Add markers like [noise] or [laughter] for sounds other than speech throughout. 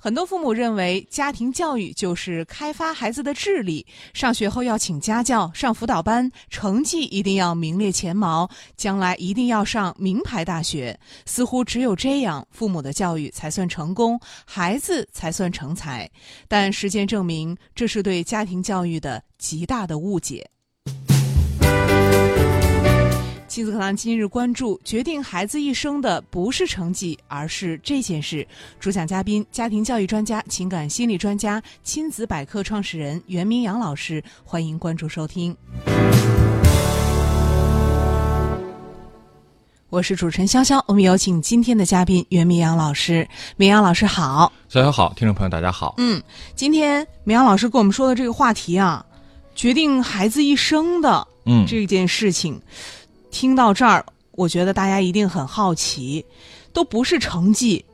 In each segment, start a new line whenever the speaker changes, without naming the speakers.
很多父母认为家庭教育就是开发孩子的智力，上学后要请家教、上辅导班，成绩一定要名列前茅，将来一定要上名牌大学。似乎只有这样，父母的教育才算成功，孩子才算成才。但实践证明，这是对家庭教育的极大的误解。亲子课堂今日关注：决定孩子一生的不是成绩，而是这件事。主讲嘉宾：家庭教育专家、情感心理专家、亲子百科创始人袁明阳老师。欢迎关注收听。我是主持人潇潇，我们有请今天的嘉宾袁明阳老师。明阳老师好，
小小好，听众朋友大家好。
嗯，今天明阳老师跟我们说的这个话题啊，决定孩子一生的
嗯，
这件事情，听到这儿，我觉得大家一定很好奇，都不是成绩，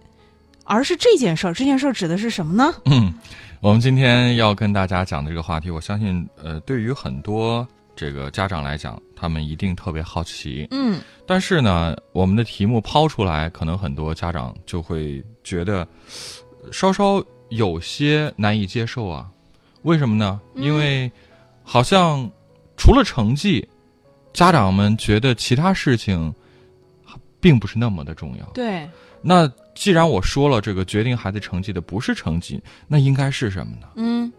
而是这件事儿。这件事儿指的是什么呢？
嗯，我们今天要跟大家讲的这个话题，我相信，呃，对于很多这个家长来讲，他们一定特别好奇。
嗯
但是呢，我们的题目抛出来，可能很多家长就会觉得呃稍稍有些难以接受啊。为什么呢？因为好像除了成绩，家长们觉得其他事情并不是那么的重要，。
对，
那既然我说了这个决定孩子成绩的不是成绩，那应该是什么呢？
嗯，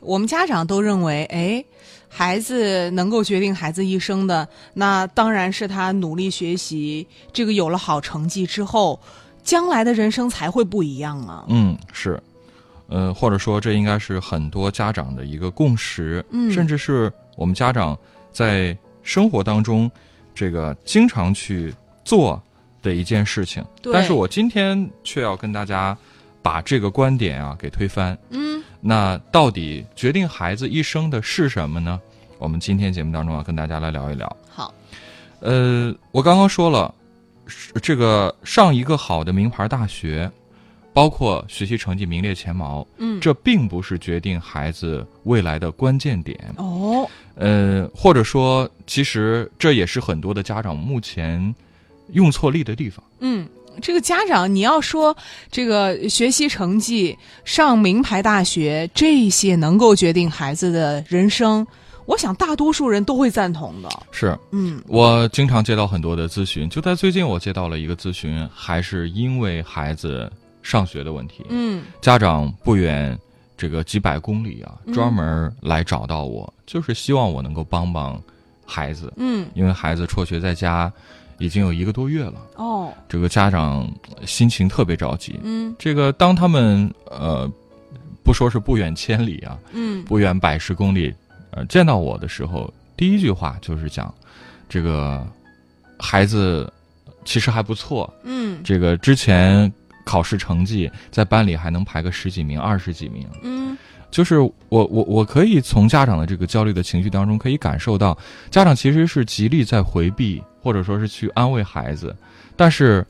我们家长都认为，哎，孩子能够决定孩子一生的，那当然是他努力学习，这个有了好成绩之后，将来的人生才会不一样啊。
嗯，是，呃，或者说这应该是很多家长的一个共识，
嗯
甚至是我们家长在生活当中这个经常去做的一件事情。
对
但是我今天却要跟大家把这个观点啊给推翻。
嗯，
那到底决定孩子一生的是什么呢？我们今天节目当中要啊跟大家来聊一聊。
好，
呃，我刚刚说了，是这个上一个好的名牌大学，包括学习成绩名列前茅，
嗯，
这并不是决定孩子未来的关键点。
哦，
呃，或者说，其实这也是很多的家长目前用错力的地方。
嗯，这个家长，你要说这个学习成绩、上名牌大学这些能够决定孩子的人生，我想大多数人都会赞同的。
是
嗯
我经常接到很多的咨询，就在最近，我接到了一个咨询，还是因为孩子上学的问题。
嗯
家长不远这个几百公里啊
嗯，
专门来找到我，就是希望我能够帮帮孩子，
嗯，
因为孩子辍学在家已经有一个多月了，
哦，
这个家长呃心情特别着急。
嗯
这个当他们呃不说是不远千里啊，
嗯
不远百十公里，呃见到我的时候，第一句话就是讲这个孩子其实还不错，
嗯
这个之前考试成绩在班里还能排个十几名、二十几名，
嗯
就是我我我可以从家长的这个焦虑的情绪当中，可以感受到家长其实是极力在回避，或者说是去安慰孩子，但是、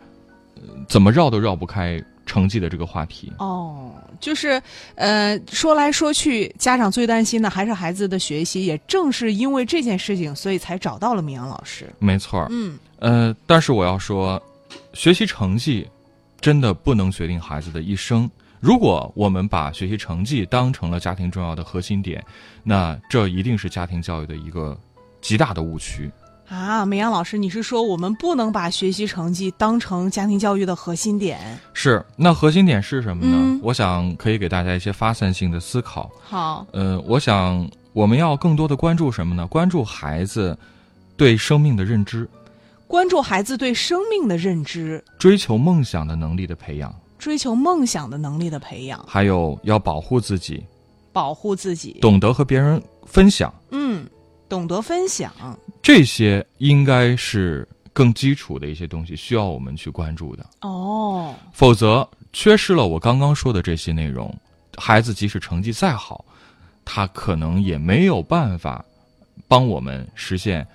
呃怎么绕都绕不开成绩的这个话题。
哦，就是呃，说来说去，家长最担心的还是孩子的学习。也正是因为这件事情，所以才找到了米阳老师。
没错儿，
嗯
呃，但是我要说，学习成绩真的不能决定孩子的一生。如果我们把学习成绩当成了家庭重要的核心点，那这一定是家庭教育的一个极大的误区。
啊，美阳老师，你是说我们不能把学习成绩当成家庭教育的核心点？
是，那核心点是什么呢？
嗯
我想可以给大家一些发散性的思考。
好，
呃，我想我们要更多的关注什么呢？关注孩子对生命的认知，
关注孩子对生命的认知，
追求梦想的能力的培养，
追求梦想的能力的培养，
还有要保护自己，
保护自己，
懂得和别人分享，
嗯，懂得分享。
这些应该是更基础的一些东西，需要我们去关注的。
哦，
否则，缺失了我刚刚说的这些内容，孩子即使成绩再好，他可能也没有办法帮我们实现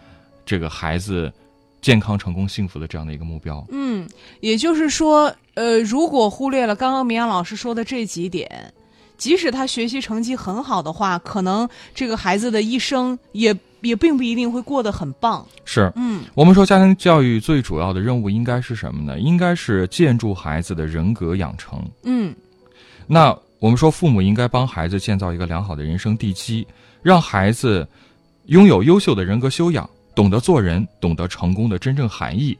这个孩子健康、成功、幸福的这样的一个目标。
嗯，也就是说，呃，如果忽略了刚刚明阳老师说的这几点，即使他学习成绩很好的话，可能这个孩子的一生也也并不一定会过得很棒。
是
嗯
我们说家庭教育最主要的任务应该是什么呢？应该是建筑孩子的人格养成。
嗯
那我们说，父母应该帮孩子建造一个良好的人生地基，让孩子拥有优秀的人格修养，懂得做人，懂得成功的真正含义。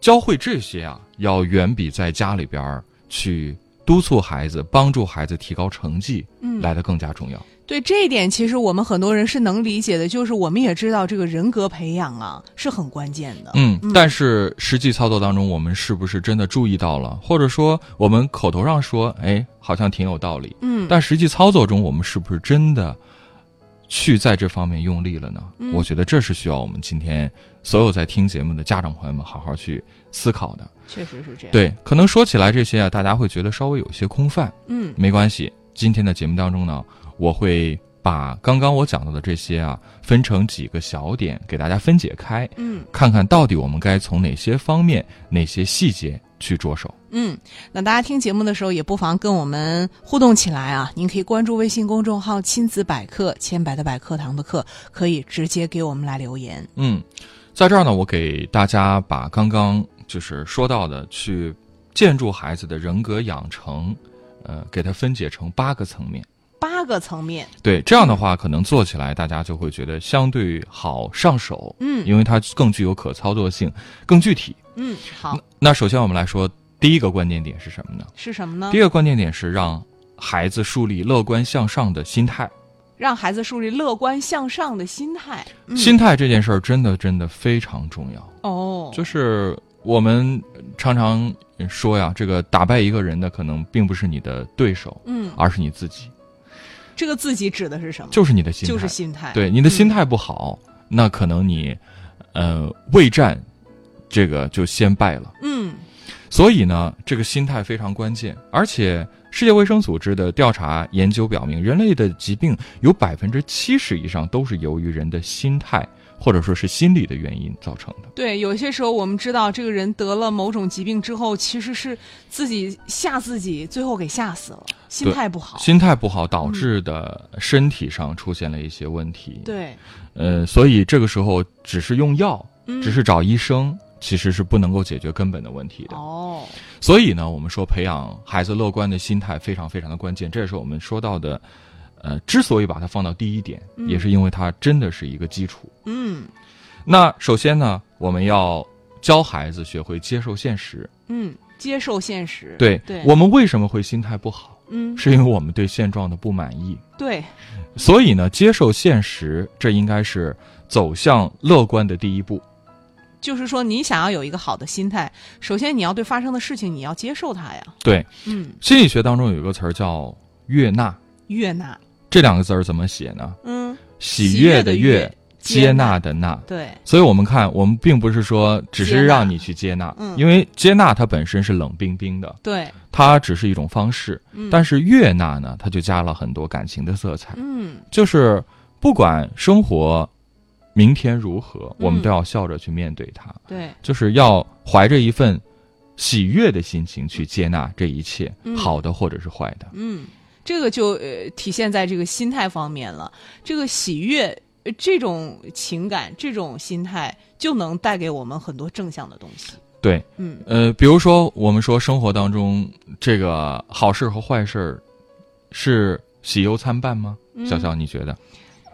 教会这些啊，要远比在家里边儿去督促孩子、帮助孩子提高成绩
嗯，
来的更加重要。
对这一点，其实我们很多人是能理解的，就是我们也知道这个人格培养啊是很关键的。
嗯，但是实际操作当中，我们是不是真的注意到了？或者说，我们口头上说，哎，好像挺有道理，
嗯
但实际操作中，我们是不是真的去在这方面用力了呢？我觉得这是需要我们今天所有在听节目的家长朋友们好好去思考的。
确实是这样。，
对，可能说起来这些啊，大家会觉得稍微有些空泛，
嗯
没关系。今天的节目当中呢，我会把刚刚我讲到的这些啊，分成几个小点给大家分解开，
嗯
看看到底我们该从哪些方面、哪些细节去着手。
嗯，那大家听节目的时候也不妨跟我们互动起来啊！您可以关注微信公众号“亲子百科”，千百的百课堂的课，可以直接给我们来留言。
嗯，在这儿呢，我给大家把刚刚就是说到的去建筑孩子的人格养成，呃，给它分解成八个层面。
八个层面，
对，这样的话，可能做起来大家就会觉得相对好上手，
嗯
因为它更具有可操作性，更具体。
嗯，好
那，那首先我们来说第一个关键点是什么呢？
是什么呢
第一？个关键点是让孩子树立乐观向上的心态。
让孩子树立乐观向上的心态。嗯、
心态这件事儿真的真的非常重要。
哦，
就是我们常常说呀，这个打败一个人的可能并不是你的对手，
嗯，
而是你自己，
这个自己指的是什么？
就是你的心态。
就是心态。，嗯
对你的心态不好，那可能你，呃，未战，这个就先败了。
嗯
所以呢，这个心态非常关键。而且，世界卫生组织的调查研究表明，人类的疾病有百分之七十以上都是由于人的心态或者说是心理的原因造成的。
对，有些时候我们知道这个人得了某种疾病之后，其实是自己吓自己，最后给吓死了，心态不好。
心态不好导致的身体上出现了一些问题。，
嗯对，
呃，所以这个时候只是用药，
嗯
只是找医生，其实是不能够解决根本的问题的。
哦，
所以呢，我们说培养孩子乐观的心态非常非常的关键，这也是我们说到的。呃，之所以把它放到第一点，也是因为它真的是一个基础。
嗯
那首先呢，我们要教孩子学会接受现实。
嗯，接受现实。
对，
对，
我们为什么会心态不好，
嗯
是因为我们对现状的不满意。
对，
所以呢，接受现实，这应该是走向乐观的第一步。
就是说你想要有一个好的心态，首先你要对发生的事情你要接受它呀。
对，
嗯，
心理学当中有一个词儿叫“悦纳
悦纳。”，
这两个字儿怎么写呢？
嗯，
喜悦的
喜悦的
悦
悦，
接纳的纳。
对，
所以我们看，我们并不是说只
接纳
是让你去接纳，
嗯
因为接纳它本身是冷冰冰的，
对，
它只是一种方式。
嗯
但是悦纳呢，它就加了很多感情的色彩。
嗯
就是不管生活明天如何，我们
嗯
都要笑着去面对它。
对，
就是要怀着一份喜悦的心情去接纳这一切，
嗯
好的或者是坏的。
嗯，这个就呃体现在这个心态方面了。这个喜悦、呃这种情感、这种心态，就能带给我们很多正向的东西。
对，
嗯
呃，比如说我们说生活当中这个好事和坏事儿是喜忧参半吗？
嗯
小肖，你觉得？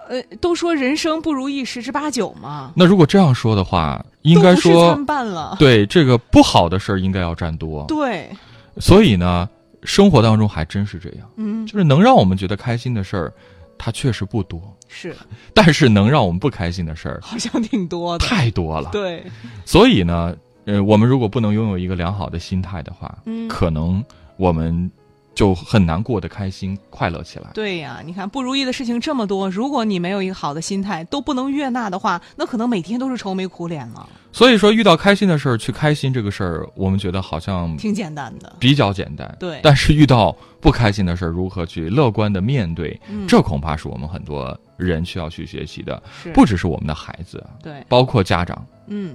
呃，都说人生不如意十之八九嘛，
那如果这样说的话，应该
都不是
说
参半了。
对这个不好的事儿应该要占多。
对，
所以呢，生活当中还真是这样，
嗯，
就是能让我们觉得开心的事儿，它确实不多，
是，
但是能让我们不开心的事儿
好像挺多的。
太多了。
对，
所以呢，呃，我们如果不能拥有一个良好的心态的话，
嗯
可能我们就很难过得开心、快乐起来。
对呀、你看不如意的事情这么多，如果你没有一个好的心态，都不能悦纳的话，那可能每天都是愁眉苦脸了，
所以说，遇到开心的事儿去开心这个事儿，我们觉得好像
挺简单的。
比较简单。
对
但是遇到不开心的事儿，如何去乐观的面对，
嗯
这恐怕是我们很多人需要去学习的，
是
不只是我们的孩子啊，
对，
包括家长。
嗯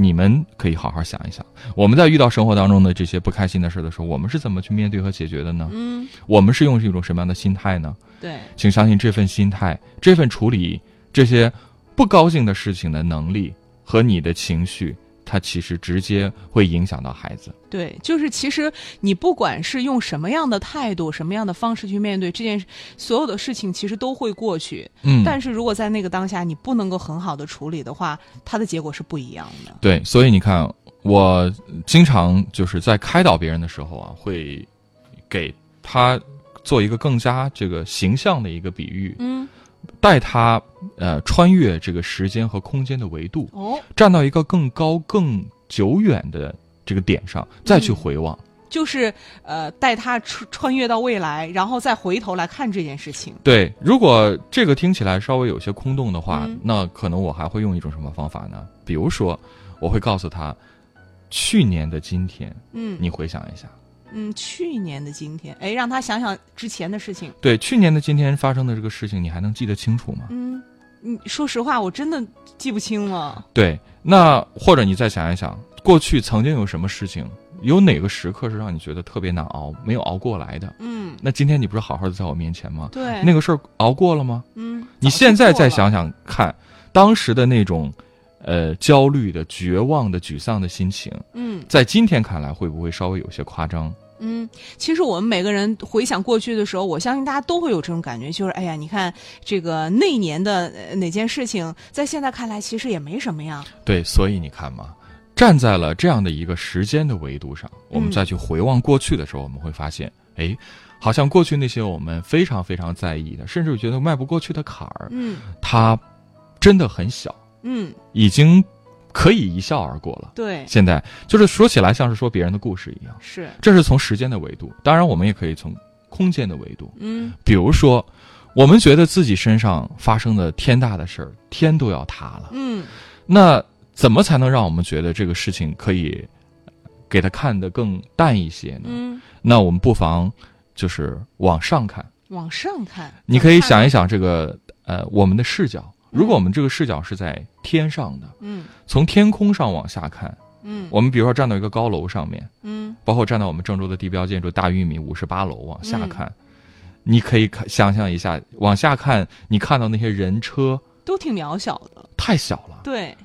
你们可以好好想一想，我们在遇到生活当中的这些不开心的事的时候，我们是怎么去面对和解决的呢？
嗯，
我们是用一种什么样的心态呢？
对，
请相信这份心态、这份处理这些不高兴的事情的能力和你的情绪，它其实直接会影响到孩子。
对，就是其实你不管是用什么样的态度、什么样的方式去面对这件事，所有的事情，其实都会过去。
嗯
但是如果在那个当下你不能够很好的处理的话，它的结果是不一样的。
对，所以你看，我经常就是在开导别人的时候啊，会给他做一个更加这个形象的一个比喻，
嗯，
带他呃穿越这个时间和空间的维度，
哦，
站到一个更高、更久远的这个点上，再去
嗯
回望。
就是呃，带他穿穿越到未来，然后再回头来看这件事情。
对，如果这个听起来稍微有些空洞的话，
嗯
那可能我还会用一种什么方法呢？比如说，我会告诉他，去年的今天，
嗯
你回想一下，
嗯，去年的今天，哎，让他想想之前的事情。
对去年的今天发生的这个事情，你还能记得清楚吗？
嗯，你说实话，我真的记不清了。
对，那或者你再想一想，过去曾经有什么事情，有哪个时刻是让你觉得特别难熬，没有熬过来的？
嗯，
那今天你不是好好的在我面前吗？
对，
那个事儿熬过了吗？
嗯，早就
你现在
过
再
了，
想想看，当时的那种，呃，焦虑的、绝望的、沮丧的心情，
嗯。
在今天看来会不会稍微有些夸张？
嗯，其实我们每个人回想过去的时候，我相信大家都会有这种感觉，就是哎呀，你看这个那年的呃哪件事情，在现在看来其实也没什么呀。
对，所以你看嘛，站在了这样的一个时间的维度上，我们
嗯
再去回望过去的时候，我们会发现，哎，好像过去那些我们非常非常在意的，甚至觉得迈不过去的坎儿，
嗯
它真的很小，
嗯，
已经可以一笑而过了。
对，
现在就是说起来像是说别人的故事一样，
是，
这是从时间的维度，当然我们也可以从空间的维度，
嗯
比如说，我们觉得自己身上发生的天大的事儿，天都要塌了。
嗯
那怎么才能让我们觉得这个事情可以给它看得更淡一些呢？
嗯，
那我们不妨就是往上看，
往上看，
你可以
往上
想一想这个呃我们的视角。如果我们这个视角是在天上的，
嗯
从天空上往下看，
嗯
我们比如说站到一个高楼上面，
嗯
包括站到我们郑州的地标建筑大玉米五十八楼往下
嗯
看，你可以看想象一下，往下看，你看到那些人车
都挺渺小的，
太小了。
对，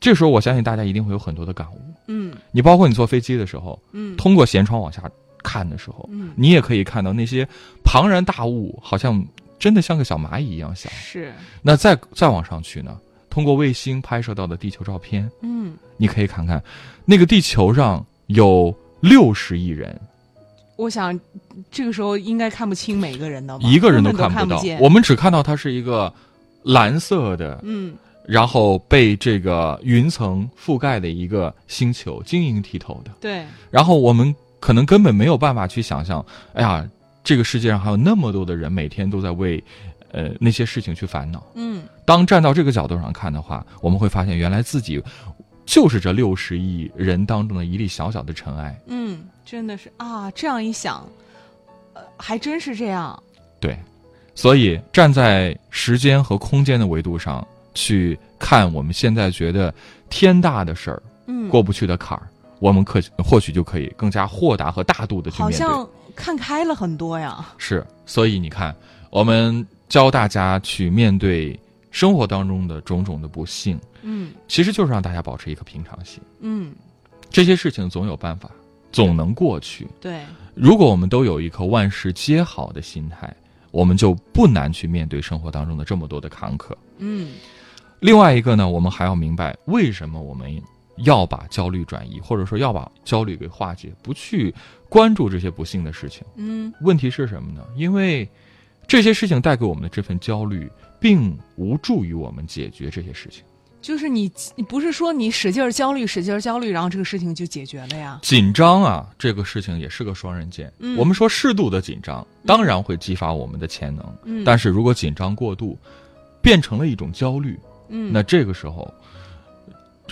这时候我相信大家一定会有很多的感悟。
嗯
你包括你坐飞机的时候，
嗯
通过舷窗往下看的时候，
嗯
你也可以看到那些庞然大物，好像真的像个小蚂蚁一样小。
是，
那再再往上去呢，通过卫星拍摄到的地球照片，
嗯，
你可以看看，那个地球上有六十亿人，
我想这个时候应该看不清每个人的吧，
一个人
根
都
本都
看不到，
见
我们只看到它是一个蓝色的，
嗯
然后被这个云层覆盖的一个星球，晶莹剔透的。
对，
然后我们可能根本没有办法去想象，哎呀，这个世界上还有那么多的人每天都在为，呃那些事情去烦恼。
嗯
当站到这个角度上看的话，我们会发现原来自己就是这六十亿人当中的一粒小小的尘埃。
嗯，真的是啊，这样一想，呃，还真是这样。
对，所以站在时间和空间的维度上去看我们现在觉得天大的事儿、
嗯，
过不去的坎儿，我们可或许就可以更加豁达和大度的去
好
面对。
像看开了很多呀。
是，所以你看，我们教大家去面对生活当中的种种的不幸，
嗯
其实就是让大家保持一颗平常心。
嗯，
这些事情总有办法，总能过去。
对，
如果我们都有一颗万事皆好的心态，我们就不难去面对生活当中的这么多的坎坷。
嗯
另外一个呢，我们还要明白为什么我们要把焦虑转移，或者说要把焦虑给化解，不去关注这些不幸的事情。
嗯
问题是什么呢？因为这些事情带给我们的这份焦虑，并无助于我们解决这些事情。
就是你，你不是说你使劲儿焦虑，使劲儿焦虑，然后这个事情就解决了呀？
紧张啊，这个事情也是个双刃剑。
嗯
我们说适度的紧张，当然会激发我们的潜能，
嗯，
但
是
是如果紧张过度，变成了一种焦虑，
嗯，
那这个时候。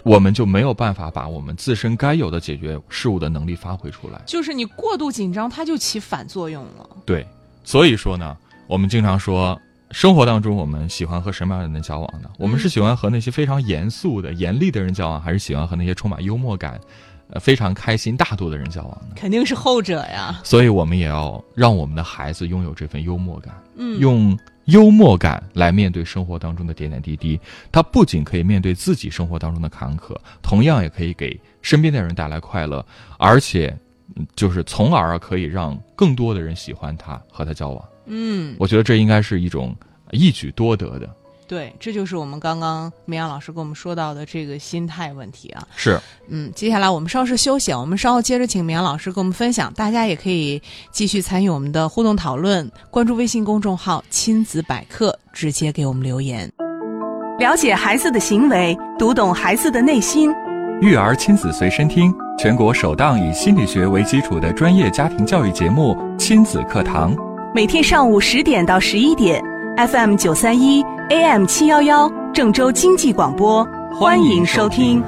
我们就没有办法把我们自身该有的解决事物的能力发挥出来。
就是你过度紧张，它就起反作用了。
对，所以说呢，我们经常说生活当中，我们喜欢和什么样的人交往呢？我们是喜欢和那些非常严肃的、严厉的人交往，还是喜欢和那些充满幽默感、呃非常开心、大度的人交往呢？
肯定是后者呀。
所以，我们也要让我们的孩子拥有这份幽默感，
嗯，
用幽默感来面对生活当中的点点滴滴。他不仅可以面对自己生活当中的坎坷，同样也可以给身边的人带来快乐，而且，嗯就是从而可以让更多的人喜欢他，和他交往。
嗯，
我觉得这应该是一种一举多得的。
对，这就是我们刚刚梅阳老师跟我们说到的这个心态问题啊。
是，
嗯，接下来我们稍事休息，我们稍后接着请明阳老师跟我们分享。大家也可以继续参与我们的互动讨论，关注微信公众号“亲子百科”，直接给我们留言。了解孩子的行为，读懂孩子的内心。
育儿亲子随身听，全国首档以心理学为基础的专业家庭教育节目《亲子课堂》。
每天上午十点到十一点，FM 九三一，AM 七幺幺，郑州经济广播，欢迎收听。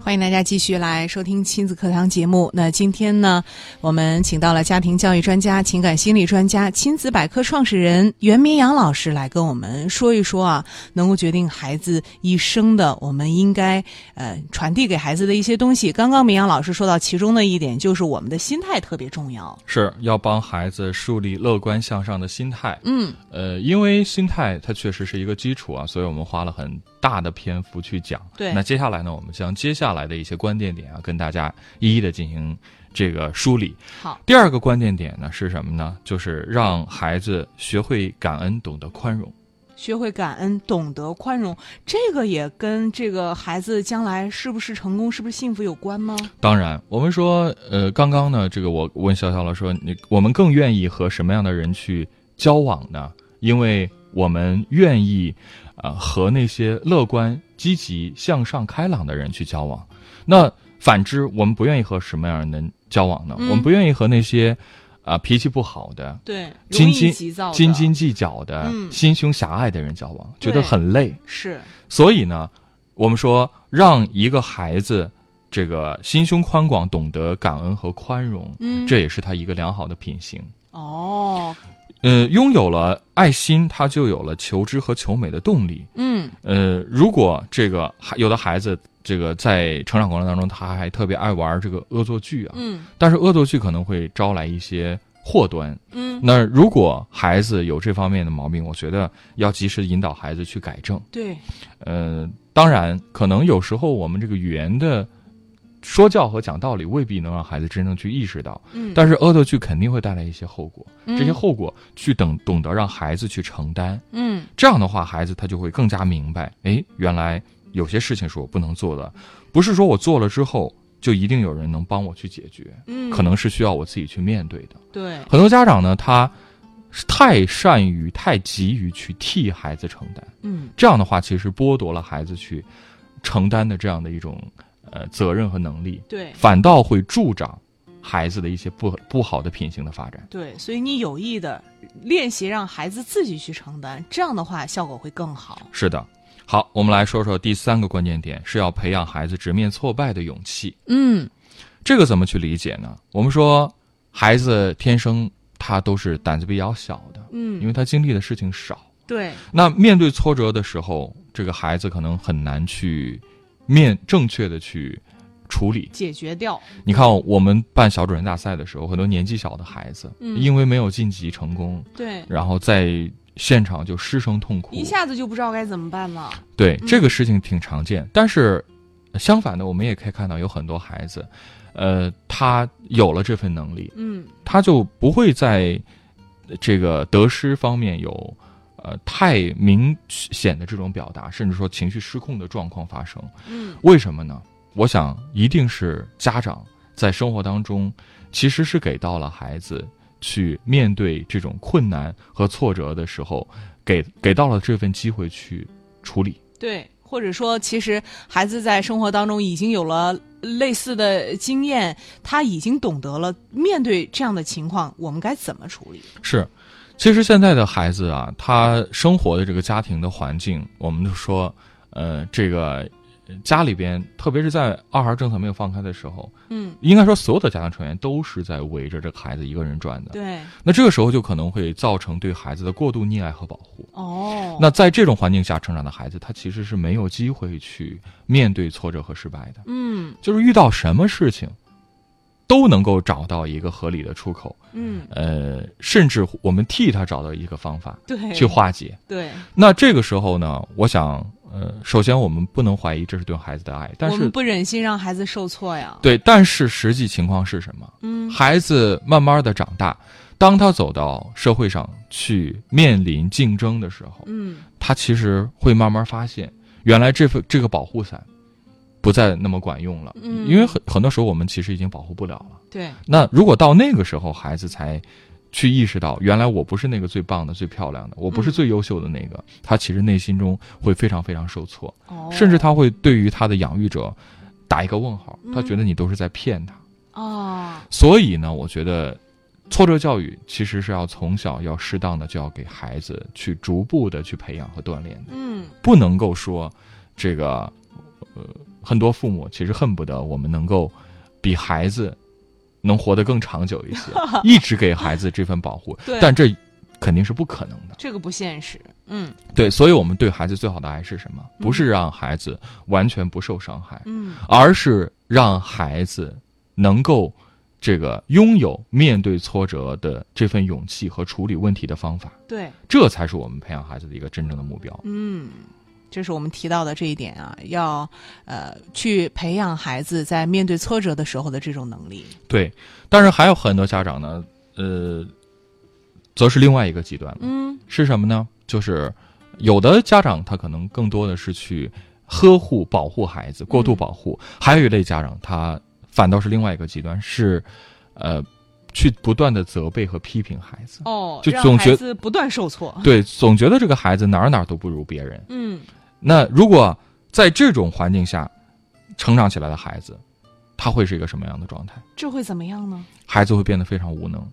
欢迎大家继续来收听亲子课堂节目。那今天呢，我们请到了家庭教育专家、情感心理专家、亲子百科创始人袁明阳老师来跟我们说一说啊，能够决定孩子一生的，我们应该呃传递给孩子的一些东西。刚刚明阳老师说到其中的一点，就是我们的心态特别重要。
是要帮孩子树立乐观向上的心态。
嗯
呃，因为心态它确实是一个基础啊，所以我们花了很大的篇幅去讲。
对
那接下来呢，我们将接下来的一些关键点啊，跟大家一一的进行这个梳理。
好，
第二个关键点呢是什么呢？就是让孩子学会感恩，懂得宽容。
学会感恩，懂得宽容，这个也跟这个孩子将来是不是成功、是不是幸福有关吗？
当然，我们说，呃，刚刚呢，这个我问笑笑了说，你我们更愿意和什么样的人去交往呢？因为我们愿意，呃，和那些乐观、积极、向上、开朗的人去交往。那反之，我们不愿意和什么样的人交往呢？
嗯
我们不愿意和那些，啊、脾气不好的、
对，
斤斤
急躁的
斤斤计较的、
嗯
心胸狭隘的人交往，觉得
对
很累。
是，
所以呢，我们说让一个孩子这个心胸宽广，懂得感恩和宽容，
嗯
这也是他一个良好的品行。
哦，
呃，拥有了爱心，他就有了求知和求美的动力。
嗯
呃，如果这个还有的孩子，这个在成长过程当中，他还特别爱玩这个恶作剧啊，
嗯
但是恶作剧可能会招来一些祸端。
嗯，
那如果孩子有这方面的毛病，我觉得要及时引导孩子去改正。
对，
呃，当然，可能有时候我们这个语言的说教和讲道理未必能让孩子真正去意识到，
嗯，
但是恶作剧肯定会带来一些后果，这些
嗯
后果去等懂得让孩子去承担，
嗯
这样的话，孩子他就会更加明白，哎，原来有些事情是我不能做的，不是说我做了之后就一定有人能帮我去解决，
嗯，
可能是需要我自己去面对的。
对，
很多家长呢，他是太善于、太急于去替孩子承担。
嗯
这样的话，其实剥夺了孩子去承担的这样的一种呃责任和能力，
对
反倒会助长孩子的一些不不好的品行的发展。
对，所以你有意的练习让孩子自己去承担，这样的话效果会更好。
是的，好，我们来说说第三个关键点，是要培养孩子直面挫败的勇气。
嗯
这个怎么去理解呢？我们说，孩子天生他都是胆子比较小的，因
嗯，
为他经历的事情少。
对，
那面对挫折的时候，这个孩子可能很难去面正确的去处理。
解决掉，
你看，我们办小主人大赛的时候，很多年纪小的孩子，
嗯
因为没有晋级成功，
对，
然后在现场就失声痛哭。
一下子就不知道该怎么办了。
对、
嗯
这个事情挺常见，但是呃相反的，我们也可以看到有很多孩子，呃，他有了这份能力，
嗯
他就不会在呃这个得失方面有。呃，太明显的这种表达，甚至说情绪失控的状况发生，
嗯
为什么呢？我想一定是家长在生活当中其实是给到了孩子去面对这种困难和挫折的时候，给给到了这份机会去处理。
对，或者说其实孩子在生活当中已经有了。类似的经验，他已经懂得了面对这样的情况，我们该怎么处理？
是，其实现在的孩子啊，他生活的这个家庭的环境，我们就说，呃，这个家里边，特别是在二孩政策没有放开的时候，
嗯，
应该说所有的家庭成员都是在围着这个孩子一个人转的。
对，
那这个时候就可能会造成对孩子的过度溺爱和保护。
哦，
那在这种环境下成长的孩子，他其实是没有机会去面对挫折和失败的，
嗯
就是遇到什么事情，都能够找到一个合理的出口，
嗯，
呃，甚至我们替他找到一个方法
对，
去化解。
对，
那这个时候呢，我想，呃，首先我们不能怀疑这是对孩子的爱，但
我们
是
不忍心让孩子受挫呀。
对，但是实际情况是什么？
嗯，
孩子慢慢的长大，当他走到社会上去面临竞争的时候，
嗯，
他其实会慢慢发现，原来这份这个保护伞不再那么管用了，
嗯
因为很很多时候我们其实已经保护不了了。
对，
那如果到那个时候，孩子才去意识到，原来我不是那个最棒的、最漂亮的，我不是
嗯
最优秀的那个，他其实内心中会非常非常受挫，
哦，
甚至他会对于他的养育者打一个问号，他
嗯
觉得你都是在骗他。
哦，
所以呢，我觉得挫折教育其实是要从小要适当的就要给孩子去逐步的去培养和锻炼的，
嗯，
不能够说这个呃很多父母其实恨不得我们能够比孩子能活得更长久一些，一直给孩子这份保护
对，
但这肯定是不可能的。
这个不现实。嗯
对，所以我们对孩子最好的爱是什么？嗯不是让孩子完全不受伤害，
嗯，
而是让孩子能够这个拥有面对挫折的这份勇气和处理问题的方法，
对，
这才是我们培养孩子的一个真正的目标。
嗯，这是我们提到的这一点啊，要呃去培养孩子在面对挫折的时候的这种能力。
对，但是还有很多家长呢，呃，则是另外一个极端了，
嗯
是什么呢？就是有的家长他可能更多的是去呵护、保护孩子，过度
嗯
保护；还有一类家长他反倒是另外一个极端，是呃，去不断的责备和批评孩子。
哦，
就
让
总
孩
觉
子不断受挫。
对，总觉得这个孩子哪儿哪儿都不如别人。
嗯
那如果在这种环境下成长起来的孩子，他会是一个什么样的状态？
这会怎么样呢？
孩子会变得非常无能，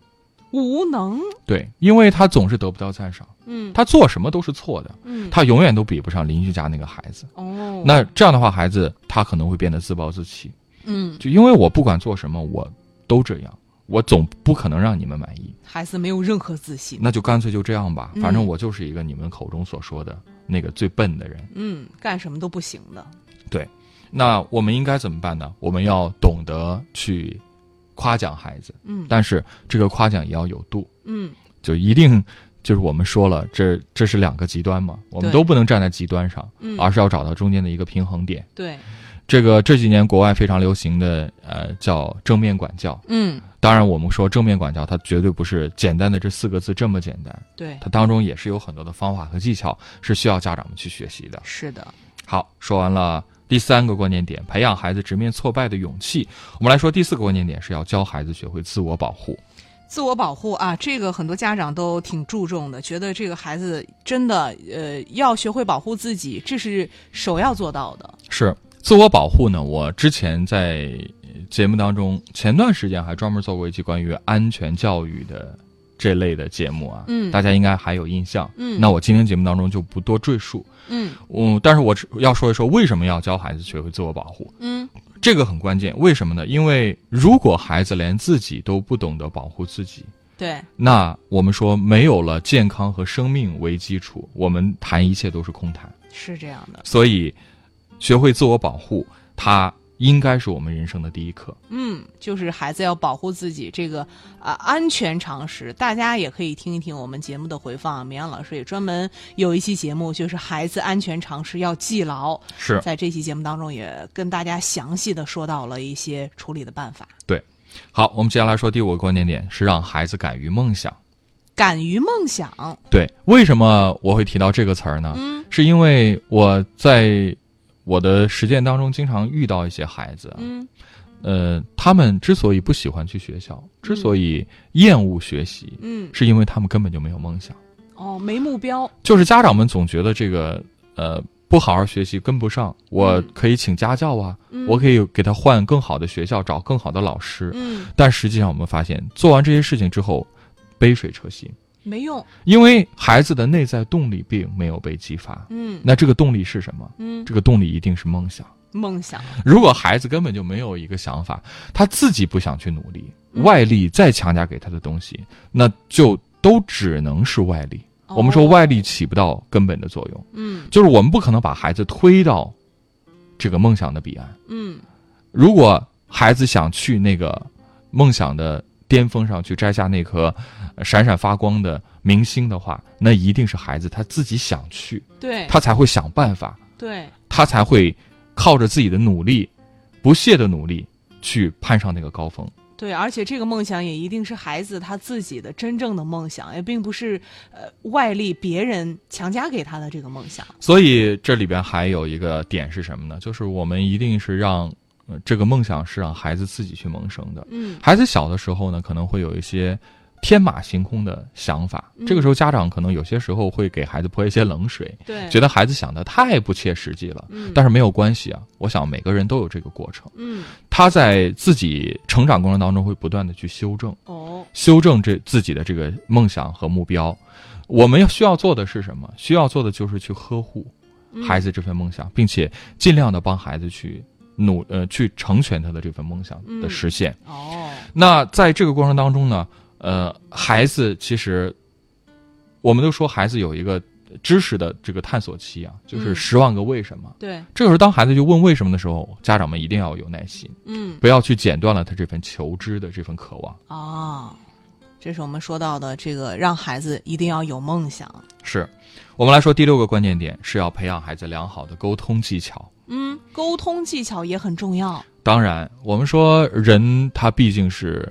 无能。
对，因为他总是得不到赞赏，
嗯，
他做什么都是错的，
嗯
他永远都比不上邻居家那个孩子。
哦，
那这样的话，孩子他可能会变得自暴自弃，
嗯，
就因为我不管做什么，我都这样，我总不可能让你们满意，
孩子没有任何自信。
那就干脆就这样吧，反正
嗯
我就是一个你们口中所说的那个最笨的人。
嗯，干什么都不行的。
那我们应该怎么办呢？我们要懂得去夸奖孩子，
嗯
但是这个夸奖也要有度，
嗯，
就一定就是我们说了，这这是两个极端嘛，我们
对
都不能站在极端上，
嗯
而是要找到中间的一个平衡点。
对，
这个这几年国外非常流行的呃叫正面管教，
嗯
当然我们说正面管教，它绝对不是简单的这四个字这么简单，
对，
它当中也是有很多的方法和技巧是需要家长们去学习的。
是的。
好，说完了第三个关键点，培养孩子直面挫败的勇气。我们来说第四个关键点，是要教孩子学会自我保护。
自我保护啊，这个很多家长都挺注重的，觉得这个孩子真的呃要学会保护自己，这是首要做到的。
是自我保护呢？我之前在呃节目当中，前段时间还专门做过一期关于安全教育的这类的节目啊，
嗯
大家应该还有印象。
嗯
那我今天节目当中就不多赘述。
嗯
嗯，但是我只要说一说为什么要教孩子学会自我保护，
嗯
这个很关键。为什么呢？因为如果孩子连自己都不懂得保护自己，
对，
那我们说，没有了健康和生命为基础，我们谈一切都是空谈。
是这样的。
所以，学会自我保护，它应该是我们人生的第一课。
嗯，就是孩子要保护自己这个啊、安全常识，大家也可以听一听我们节目的回放啊。绵阳老师也专门有一期节目，就是孩子安全常识要记牢，
是
在这期节目当中也跟大家详细的说到了一些处理的办法。
好，我们接下来说第五个关键点是让孩子敢于梦想。
敢于梦想，
对，为什么我会提到这个词儿
嗯
呢？是因为我在我的实践当中经常遇到一些孩子，
嗯
呃，他们之所以不喜欢去学校，之所以厌恶学习，
嗯，
是因为他们根本就没有梦想。
哦，没目标，
就是家长们总觉得这个呃不好好学习跟不上，我
嗯
可以请家教啊，
嗯
我可以给他换更好的学校，找更好的老师。
嗯
但实际上我们发现，做完这些事情之后，杯水车薪，
没用。
因为孩子的内在动力并没有被激发。
嗯
那这个动力是什么？
嗯，
这个动力一定是梦想。
梦想
如果孩子根本就没有一个想法，他自己不想去努力，
嗯
外力再强加给他的东西，那就都只能是外力。
哦
我们说，外力起不到根本的作用，
嗯
就是我们不可能把孩子推到这个梦想的彼岸。
嗯
如果孩子想去那个梦想的巅峰上去摘下那颗呃闪闪发光的明星的话，那一定是孩子他自己想去，
对
他才会想办法，
对
他才会靠着自己的努力，不懈的努力去攀上那个高峰。
对，而且这个梦想也一定是孩子他自己的真正的梦想，也并不是呃外力别人强加给他的这个梦想。
所以这里边还有一个点是什么呢？就是我们一定是让、呃这个梦想是让孩子自己去萌生的。
嗯
孩子小的时候呢，可能会有一些天马行空的想法，
嗯
这个时候家长可能有些时候会给孩子泼一些冷水，
对，
觉
得
得孩子想的太不切实际了。
嗯
但是没有关系啊，我想每个人都有这个过程，
嗯
他在自己成长过程当中会不断的去修正。
哦
修正这自己的这个梦想和目标。我们要需要做的是什么？需要做的就是去呵护
嗯
孩子这份梦想，并且尽量的帮孩子去努呃去成全他的这份梦想
嗯
的实现。
哦
那在这个过程当中呢，呃，孩子其实我们都说孩子有一个知识的这个探索期啊，就是
嗯
十万个为什么。
对
这个时候，当孩子去问为什么的时候，家长们一定要有耐心，
嗯
不要去剪断了他这份求知的这份渴望。
哦，这是我们说到的这个让孩子一定要有梦想。
是我们来说第六个关键点是要培养孩子良好的沟通技巧。
嗯，沟通技巧也很重要。
当然，我们说人他毕竟是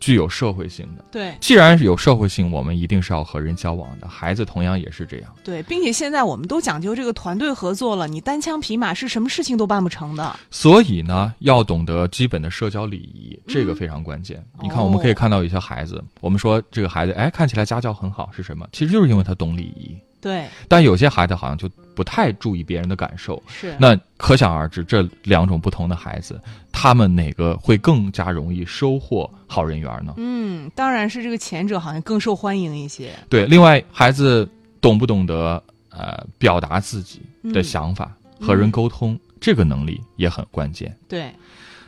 具有社会性的，
对
既然是有社会性，我们一定是要和人交往的。孩子同样也是这样。
对，并且现在我们都讲究这个团队合作了，你单枪匹马是什么事情都办不成的。
所以呢，要懂得基本的社交礼仪，
嗯
这个非常关键。你看，我们可以看到有些孩
哦
子，我们说这个孩子，哎，看起来家教很好，是什么？其实就是因为他懂礼仪。
对，
但有些孩子好像就不太注意别人的感受，
是
那可想而知，这两种不同的孩子，他们哪个会更加容易收获好人缘呢？
嗯，当然是这个前者好像更受欢迎一些。
对，另外，孩子懂不懂得呃表达自己
嗯
的想法、和人沟通，这个能力也很关键。
对，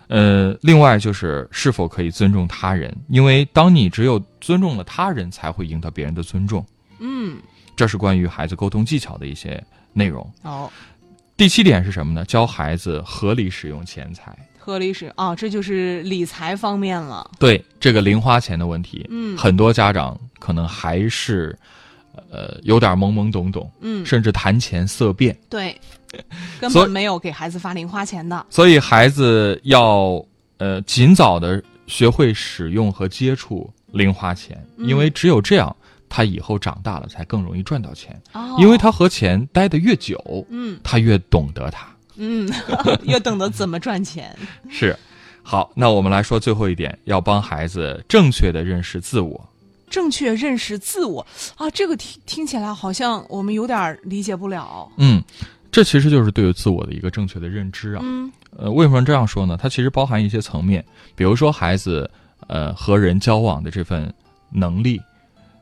呃，另外就是是否可以尊重他人，因为当你只有尊重了他人，才会赢得别人的尊重。
嗯，
这是关于孩子沟通技巧的一些内容。
哦，
第七点是什么呢？教孩子合理使用钱财。
合理使啊、这就是理财方面了。
对这个零花钱的问题，
嗯
很多家长可能还是，呃，有点懵懵懂懂，
嗯，
甚至谈钱色变。 [laughs]
对，根
所以
本没有给孩子发零花钱的。
所以孩子要呃尽早的学会使用和接触零花钱，因为只有这样，他以后长大了才更容易赚到钱，
哦，
因为他和钱待得越久，
嗯
他越懂得它。
嗯， [laughs] 要懂得怎么赚钱。
是，好，那我们来说最后一点，要帮孩子正确的认识自我。
正确认识自我啊，这个听听起来好像我们有点儿理解不了。
嗯，这其实就是对于自我的一个正确的认知啊。
嗯
呃，为什么这样说呢？它其实包含一些层面，比如说孩子呃和人交往的这份能力。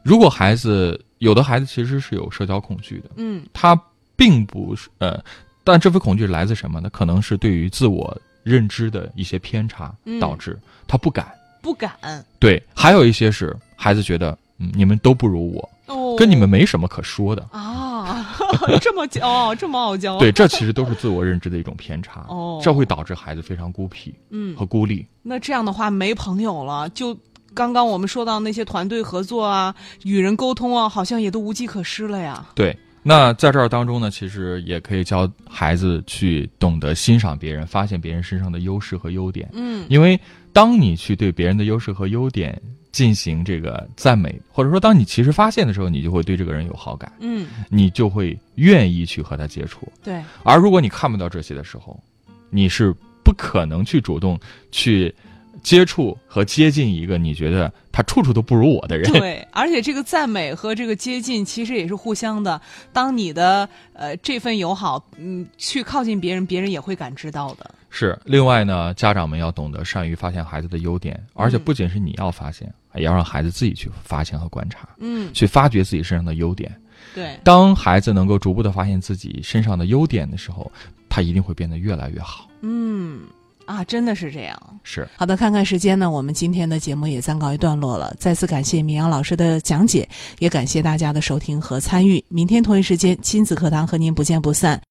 如果孩子有的孩子其实是有社交恐惧的，
嗯
他并不是呃，但这份恐惧来自什么呢？可能是对于自我认知的一些偏差
嗯
导致、他不敢。
不敢
对，还有一些是孩子觉得。嗯，你们都不如我，
哦，
跟你们没什么可说的。
啊， [laughs] 这么骄傲，这么傲娇。
对，，这其实都是自我认知的一种偏差，
哦
这会导致孩子非常孤僻
嗯
和，孤立。
那这样的话没朋友了，就刚刚我们说到那些团队合作啊、与人沟通啊，好像也都无计可施了呀。
对，那在这儿当中呢，其实也可以教孩子去懂得欣赏别人，发现别人身上的优势和优点。
嗯
因为当你去对别人的优势和优点进行这个赞美，或者说当你其实发现的时候，你就会对这个人有好感，
嗯，
你就会愿意去和他接触。
对，
而如果你看不到这些的时候，你是不可能去主动去接触和接近一个你觉得他处处都不如我的 [laughs] 人。
对，而且这个赞美和这个接近其实也是互相的。当你的呃这份友好，嗯，去靠近别人，别人也会感知到的。
是，另外呢，家长们要懂得善于发现孩子的优点，而且不仅是你要发现，要让孩子自己去发现和观察，
嗯，
去发掘自己身上的优点。
对，
当孩子能够逐步的发现自己身上的优点的时候，他一定会变得越来越好。
嗯，啊，真的是这样。
是，
好的，看看时间呢，我们今天的节目也暂告一段落了。再次感谢明阳老师的讲解，也感谢大家的收听和参与。明天同一时间，亲子课堂和您不见不散。